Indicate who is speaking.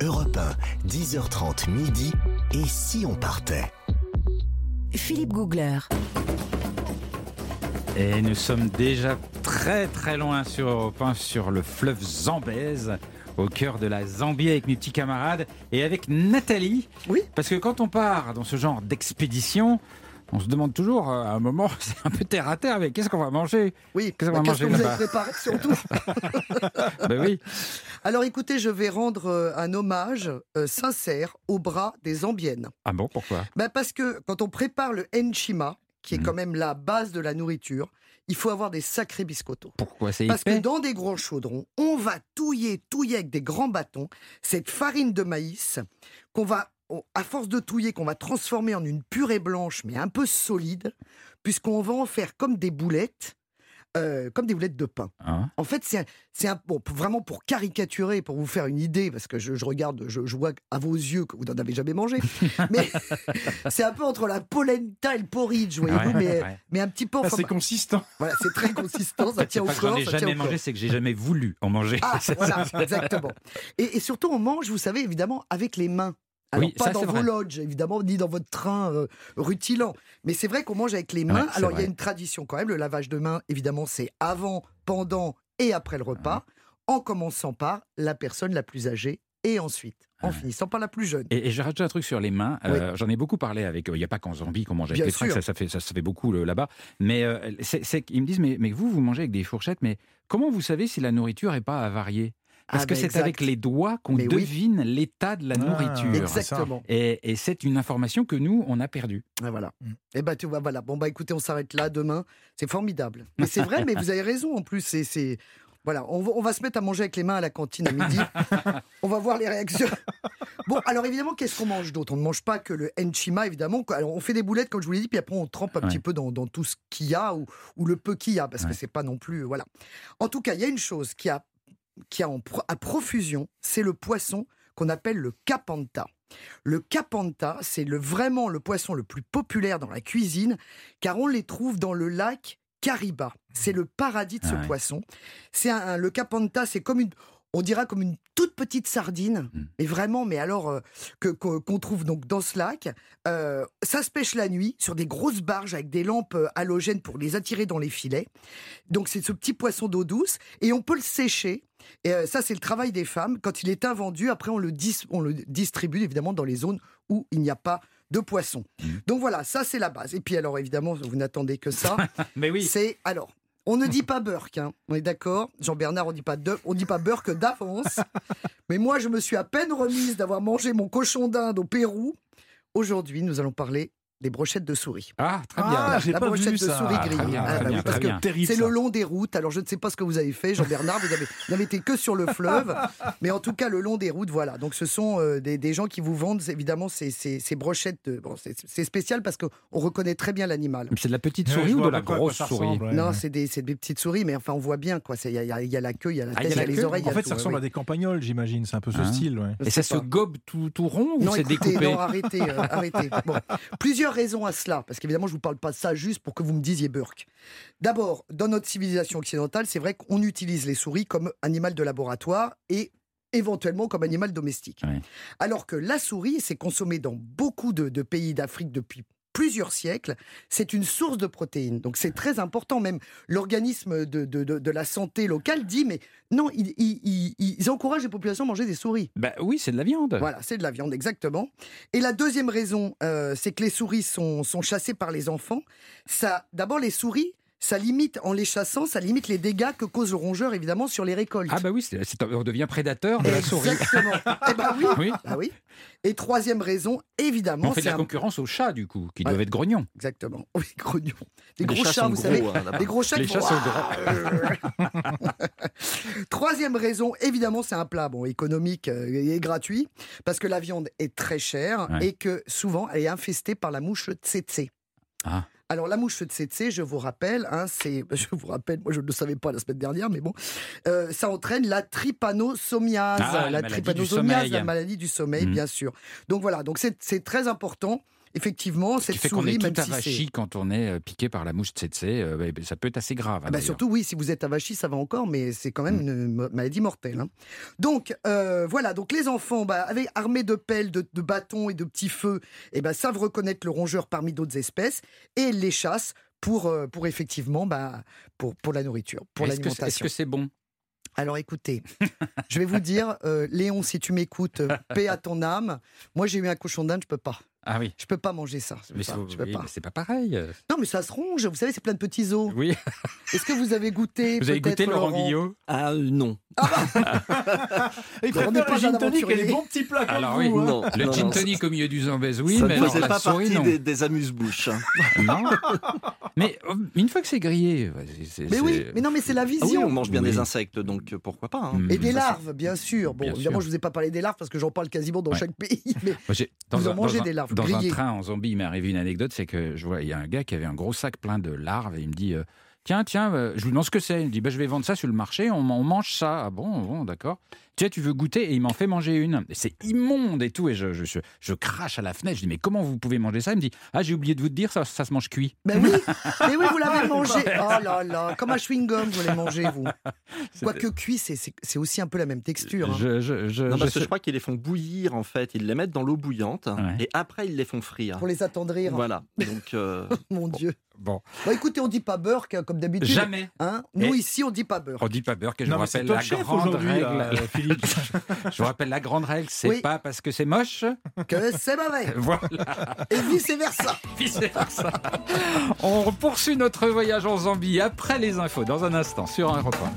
Speaker 1: Europe 1, 10h30 midi. Et si on partait
Speaker 2: Philippe Googler.
Speaker 3: Et nous sommes déjà très très loin sur Europe 1, sur le fleuve Zambèze, au cœur de la Zambie avec mes petits camarades et avec Nathalie.
Speaker 4: Oui.
Speaker 3: Parce que quand on part dans ce genre d'expédition, on se demande toujours, euh, à un moment, c'est un peu terre à terre, mais qu'est-ce qu'on va manger
Speaker 4: Oui,
Speaker 3: Qu'est-ce qu'on
Speaker 4: bah,
Speaker 3: va
Speaker 4: qu'est-ce que
Speaker 3: manger
Speaker 4: vous
Speaker 3: là-bas
Speaker 4: avez préparé surtout
Speaker 3: Ben oui,
Speaker 4: Alors écoutez, je vais rendre euh, un hommage euh, sincère aux bras des Zambiennes.
Speaker 3: ah bon, pourquoi
Speaker 4: Bah, parce que quand on prépare le Nchima, qui est
Speaker 3: Mhm.
Speaker 4: quand même la base de la nourriture, il faut avoir des sacrés biscottos.
Speaker 3: Pourquoi c'est
Speaker 4: Parce que
Speaker 3: épais
Speaker 4: dans des grands chaudrons, on va touiller, touiller avec des grands bâtons cette farine de maïs qu'on va, on- à force de touiller, qu'on va transformer en une purée blanche, mais un peu solide, puisqu'on va en faire comme des boulettes, euh, comme des boulettes de pain.
Speaker 3: Hein
Speaker 4: En fait, c'est un- c'est un- bon, pour- vraiment pour caricaturer, pour vous faire une idée, parce que je, je regarde, je, je vois à vos yeux que vous n'en avez jamais mangé, mais c'est un peu entre la polenta et le porridge, voyez-vous,
Speaker 3: Ouais,
Speaker 4: mais,
Speaker 3: ouais.
Speaker 4: mais un petit peu en
Speaker 5: Ah,
Speaker 4: forme-
Speaker 5: c'est consistant.
Speaker 4: Voilà, c'est très consistant, ça
Speaker 3: C'est
Speaker 4: tient au
Speaker 3: pas que j'en
Speaker 4: corps,
Speaker 3: ai
Speaker 4: ça tient
Speaker 3: jamais
Speaker 4: au corps.
Speaker 3: mangé, c'est que j'ai jamais voulu en manger.
Speaker 4: Ah, voilà, exactement. Et, et surtout, on mange, vous savez, évidemment, avec les mains. Alors,
Speaker 3: Oui,
Speaker 4: pas
Speaker 3: ça,
Speaker 4: dans
Speaker 3: c'est
Speaker 4: vos
Speaker 3: vrai.
Speaker 4: lodges, évidemment, ni dans votre train euh, rutilant. Mais c'est vrai qu'on mange avec les mains.
Speaker 3: Ouais, c'est
Speaker 4: Alors, il y a
Speaker 3: vrai.
Speaker 4: une tradition quand même. Le lavage de mains, évidemment, c'est avant, pendant et après le repas, en commençant par la personne la plus âgée et ensuite, en
Speaker 3: Ouais.
Speaker 4: finissant par la plus jeune.
Speaker 3: Et, et je rajoute un truc sur les mains. Euh, J'en ai beaucoup parlé avec. euh, Il n'y a pas qu'en Zambie qu'on mange avec
Speaker 4: Bien
Speaker 3: les fringues,
Speaker 4: sûr.
Speaker 3: ça, ça fait, ça, se fait beaucoup le- là-bas. Mais euh, c'est- c'est qu'ils me disent mais, mais vous, vous mangez avec des fourchettes, mais comment vous savez si la nourriture n'est pas avariée Parce
Speaker 4: Ah,
Speaker 3: que
Speaker 4: ben,
Speaker 3: c'est
Speaker 4: exact.
Speaker 3: avec les doigts qu'on
Speaker 4: Mais oui.
Speaker 3: devine l'état de la
Speaker 5: Ah,
Speaker 3: nourriture.
Speaker 5: exact.
Speaker 4: Exactement.
Speaker 3: Et, et c'est une information que nous, on a perdue.
Speaker 4: Et voilà.
Speaker 5: Mm.
Speaker 4: Et ben tu vois, voilà. Bon bah écoutez, on s'arrête là demain. C'est formidable. Mais c'est vrai, mais vous avez raison en plus. C'est, c'est- voilà, on va, on va se mettre à manger avec les mains à la cantine à midi. on va voir les réactions. Bon, alors évidemment, qu'est-ce qu'on mange d'autre On ne mange pas que le enchima, évidemment. Quoi. Alors on fait des boulettes, comme je vous l'ai dit, puis après on trempe un
Speaker 3: Ouais.
Speaker 4: petit peu dans, dans tout ce qu'il y a ou, ou le peu qu'il y a, parce
Speaker 3: Ouais.
Speaker 4: que c'est pas non plus. Voilà. En tout cas, il y a une chose qui a, qui a en pro- à profusion, c'est le poisson qu'on appelle le capanta. Le capanta, c'est le, vraiment le poisson le plus populaire dans la cuisine, car on les trouve dans le lac Cariba. C'est le paradis de ce
Speaker 3: Ah ouais.
Speaker 4: poisson. C'est un, un- le capanta, c'est comme une, on dira comme une toute petite sardine,
Speaker 3: Mm.
Speaker 4: mais vraiment, mais alors euh, que- que- qu'on trouve donc dans ce lac. Euh, ça se pêche la nuit sur des grosses barges avec des lampes euh, halogènes pour les attirer dans les filets. Donc c'est ce petit poisson d'eau douce et on peut le sécher. Et euh, ça, c'est le travail des femmes. Quand il est invendu, après, on le, dis- on le distribue évidemment dans les zones où il n'y a pas de poisson.
Speaker 3: Mhm.
Speaker 4: Donc voilà, ça, c'est la base. Et puis alors, évidemment, vous n'attendez que ça.
Speaker 3: Mais Ah oui.
Speaker 4: C'est alors. On ne dit pas Burke, hein. on est d'accord. Jean-Bernard, on dit pas de, on dit pas Burke d'avance. Mais moi, je me suis à peine remise d'avoir mangé mon cochon d'Inde au Pérou. Aujourd'hui, nous allons parler des brochettes de souris.
Speaker 3: Ah, très
Speaker 5: Ah,
Speaker 3: bien.
Speaker 5: j'ai
Speaker 4: La
Speaker 5: pas
Speaker 4: brochette
Speaker 5: vu
Speaker 4: de
Speaker 5: ça.
Speaker 4: souris
Speaker 3: Ah, très
Speaker 4: grillée.
Speaker 3: bien,
Speaker 4: Ah,
Speaker 3: très
Speaker 4: bah oui,
Speaker 3: bien,
Speaker 4: parce
Speaker 3: très
Speaker 4: que
Speaker 3: bien.
Speaker 5: Terrible.
Speaker 4: c'est
Speaker 5: ça.
Speaker 4: le long des routes. Alors, je ne sais pas ce que vous avez fait, Jean-Bernard. Vous avez- vous n'avez été que sur le fleuve. Mais en tout cas, le long des routes, voilà. Donc, ce sont euh, des, des gens qui vous vendent, évidemment, ces, ces- ces brochettes. de- Bon, c'est c'est spécial parce qu'on reconnaît très bien l'animal.
Speaker 3: C'est de la petite
Speaker 5: Ouais,
Speaker 3: souris
Speaker 5: je
Speaker 3: ou
Speaker 5: vois
Speaker 3: de la
Speaker 5: à peu près à quoi
Speaker 3: grosse
Speaker 5: ça
Speaker 3: souris
Speaker 5: ressemble, ouais.
Speaker 4: Non, c'est des, c'est des petites souris, mais enfin, on voit bien, quoi. C'est- Il y, a- il y a- il y a la queue, il y a la
Speaker 3: Ah,
Speaker 4: tête, il y a, les
Speaker 3: queue
Speaker 4: oreilles. il y a
Speaker 5: En fait,
Speaker 4: tout,
Speaker 5: ça
Speaker 4: ouais,
Speaker 5: ressemble
Speaker 4: ouais.
Speaker 5: à des campagnols, j'imagine. C'est un peu ce
Speaker 3: Hein
Speaker 5: style. ouais.
Speaker 3: Et ça se
Speaker 4: pas.
Speaker 3: gobe tout, tout rond ou
Speaker 4: Non,
Speaker 3: c'est
Speaker 4: écoutez,
Speaker 3: découpé
Speaker 4: non, arrêtez, euh, arrêtez. Bon. Plusieurs raisons à cela, parce qu'évidemment, je vous parle pas de ça juste pour que vous me disiez Burke. D'abord, dans notre civilisation occidentale, c'est vrai qu'on utilise les souris comme animal de laboratoire et éventuellement comme animal domestique.
Speaker 3: Ouais.
Speaker 4: Alors que la souris, c'est consommée dans beaucoup de, de pays d'Afrique depuis plusieurs siècles, c'est une source de protéines. Donc c'est très important, même l'organisme de, de- de- de la santé locale dit, mais non, ils, ils- ils- ils encouragent les populations à manger des souris.
Speaker 3: Bah oui, c'est de la viande.
Speaker 4: Voilà, c'est de la viande, exactement. Et la deuxième raison, euh, c'est que les souris sont, sont chassées par les enfants. Ça, D'abord, les souris, ça limite, en les chassant, ça limite les dégâts que cause le rongeur, évidemment, sur les récoltes.
Speaker 3: Ah bah oui, c'est- c'est- on devient prédateur de la souris.
Speaker 4: Exactement. Eh ben oui.
Speaker 3: Oui.
Speaker 4: Ah oui. Et troisième raison,
Speaker 3: On
Speaker 4: évidemment,
Speaker 3: fait de
Speaker 4: c'est
Speaker 3: la
Speaker 4: un...
Speaker 3: concurrence aux chats, du coup, qui
Speaker 4: Ouais.
Speaker 3: doivent être grognons.
Speaker 4: Exactement. Oui, grognon. Des
Speaker 3: Les
Speaker 4: gros
Speaker 3: chats
Speaker 4: chats,
Speaker 3: sont
Speaker 4: vous
Speaker 3: gros,
Speaker 4: savez.
Speaker 3: hein, là-bas.
Speaker 4: des gros chats.
Speaker 3: Les
Speaker 4: qui
Speaker 3: chats
Speaker 4: font-
Speaker 3: sont
Speaker 4: Troisième raison, évidemment, c'est un plat bon, économique euh, et gratuit, parce que la viande est très chère
Speaker 3: Ouais.
Speaker 4: et que souvent elle est infestée par la mouche tsetse.
Speaker 3: Ah.
Speaker 4: Alors la mouche tsetse, je vous rappelle, hein, c'est, je vous rappelle, moi je ne le savais pas la semaine dernière, mais bon, euh, ça entraîne la trypanosomiase,
Speaker 3: Ah, la
Speaker 4: la
Speaker 3: maladie du
Speaker 4: trypanosomiase,
Speaker 3: sommeil.
Speaker 4: la maladie du sommeil,
Speaker 3: Mhm.
Speaker 4: bien sûr. Donc voilà, donc c'est c'est très important. effectivement,
Speaker 3: Ce
Speaker 4: cette
Speaker 3: qui fait qu'on
Speaker 4: souris,
Speaker 3: est
Speaker 4: même
Speaker 3: tout
Speaker 4: si c'est...
Speaker 3: avachi quand on est euh, piqué par la mouche tsetse. euh, ouais, ça peut être assez grave. hein,
Speaker 4: Ah bah
Speaker 3: d'ailleurs.
Speaker 4: surtout, oui, si vous êtes avachi, ça va encore, mais c'est quand même
Speaker 3: Mm.
Speaker 4: une mo- maladie mortelle. hein. Donc, euh, voilà, donc les enfants, bah, avec, armés de pelles, de, de bâtons et de petits feux, eh ben, savent reconnaître le rongeur parmi d'autres espèces et les chassent pour, euh, pour effectivement, bah, pour, pour la nourriture, pour
Speaker 3: Est-ce que- Est-ce
Speaker 4: l'alimentation.
Speaker 3: que c'est bon
Speaker 4: Alors écoutez, je vais vous dire, euh, Léon, si tu m'écoutes, euh, paix à ton âme. Moi, j'ai eu un cochon d'Inde, je peux pas.
Speaker 3: Ah oui.
Speaker 4: Je peux pas manger ça. Je peux
Speaker 3: Mais
Speaker 4: pas,
Speaker 3: c'est-
Speaker 4: je peux
Speaker 3: oui,
Speaker 4: pas.
Speaker 3: mais c'est pas pareil.
Speaker 4: Non, mais ça se ronge. Vous savez, c'est plein de petits os.
Speaker 3: Oui.
Speaker 4: Est-ce que vous avez goûté
Speaker 3: Vous avez
Speaker 4: peut-être,
Speaker 3: goûté Laurent Guillot
Speaker 5: Ah euh, non.
Speaker 6: Il
Speaker 4: On n'est
Speaker 6: préfère
Speaker 4: pas
Speaker 6: les gin
Speaker 4: un
Speaker 6: tonic et
Speaker 4: aventurier.
Speaker 6: les bons petits plats comme
Speaker 3: Alors oui.
Speaker 6: vous. hein.
Speaker 5: non,
Speaker 4: Ah
Speaker 3: Le
Speaker 5: non,
Speaker 3: gin
Speaker 5: non,
Speaker 3: tonic au milieu du zambèze,
Speaker 5: ça
Speaker 3: oui,
Speaker 5: ne
Speaker 3: mais alors
Speaker 5: faisait
Speaker 3: la
Speaker 5: pas
Speaker 3: souris,
Speaker 5: partie
Speaker 3: non. Ah
Speaker 5: des, des amuse-bouches. hein.
Speaker 3: Non. Mais euh, une fois que c'est grillé, ouais, c'est- c'est-
Speaker 4: Mais oui,
Speaker 3: c'est-
Speaker 4: mais non, mais c'est la
Speaker 5: Ah oui,
Speaker 4: vision.
Speaker 5: on mange bien
Speaker 3: Oui.
Speaker 5: des insectes, donc euh, pourquoi pas. hein.
Speaker 3: Mm.
Speaker 4: Et des
Speaker 5: Ça,
Speaker 4: larves, bien sûr. Bon,
Speaker 3: Bien
Speaker 4: évidemment,
Speaker 3: sûr.
Speaker 4: je vous ai pas parlé des larves parce que j'en parle quasiment dans
Speaker 3: Ouais.
Speaker 4: chaque pays. Mais
Speaker 3: Moi, j'ai-
Speaker 4: Vous en
Speaker 3: un-
Speaker 4: mangez
Speaker 3: un-
Speaker 4: des larves
Speaker 3: dans un
Speaker 4: grillées.
Speaker 3: train en Zambie, il m'est arrivé une anecdote, c'est que je vois, il y a un gars qui avait un gros sac plein de larves et il me dit, euh, tiens, tiens, euh, je lui demande ce que c'est. Il me dit, bah, je vais vendre ça sur le marché, on, on mange ça. Ah bon, bon, d'accord. Tiens, tu veux goûter et il m'en fait manger une. Et C'est immonde et tout et je, je, je- je crache à la fenêtre. Je dis, mais comment vous pouvez manger ça Il me dit, ah, j'ai oublié de vous dire, ça, ça se mange cuit.
Speaker 4: ben oui, mais oui, vous l'avez mangé. Oh là là, comme un chewing-gum, vous l'avez mangé, vous. Quoique cuit, c'est- c'est c'est aussi un peu la même texture. hein.
Speaker 3: Je, je- je-
Speaker 5: Non,
Speaker 3: je
Speaker 5: parce que
Speaker 3: sais-
Speaker 5: je crois qu'ils les font bouillir en fait. Ils les mettent dans l'eau bouillante
Speaker 3: Ouais.
Speaker 5: et après ils les font frire.
Speaker 4: Pour les attendrir,
Speaker 5: Voilà. Donc euh,
Speaker 4: mon Dieu.
Speaker 3: Bon,
Speaker 4: Bon, écoutez, on dit pas beurre, hein, comme d'habitude.
Speaker 3: jamais.
Speaker 4: Hein Nous,
Speaker 3: Et-
Speaker 4: ici, on dit pas beurre.
Speaker 3: On dit pas beurre que je
Speaker 6: Non,
Speaker 3: vous
Speaker 6: mais c'est
Speaker 3: rappelle
Speaker 6: top
Speaker 3: la
Speaker 6: chef
Speaker 3: grande
Speaker 6: aujourd'hui,
Speaker 3: règle.
Speaker 5: euh,
Speaker 3: euh,
Speaker 6: là, Philippe.
Speaker 3: Je vous rappelle la grande règle, c'est
Speaker 4: Oui.
Speaker 3: pas parce que c'est moche.
Speaker 4: Que c'est mauvais.
Speaker 3: Voilà.
Speaker 4: Et vice-versa.
Speaker 3: vice-versa. On poursuit notre voyage en Zambie après les infos dans un instant sur un repas.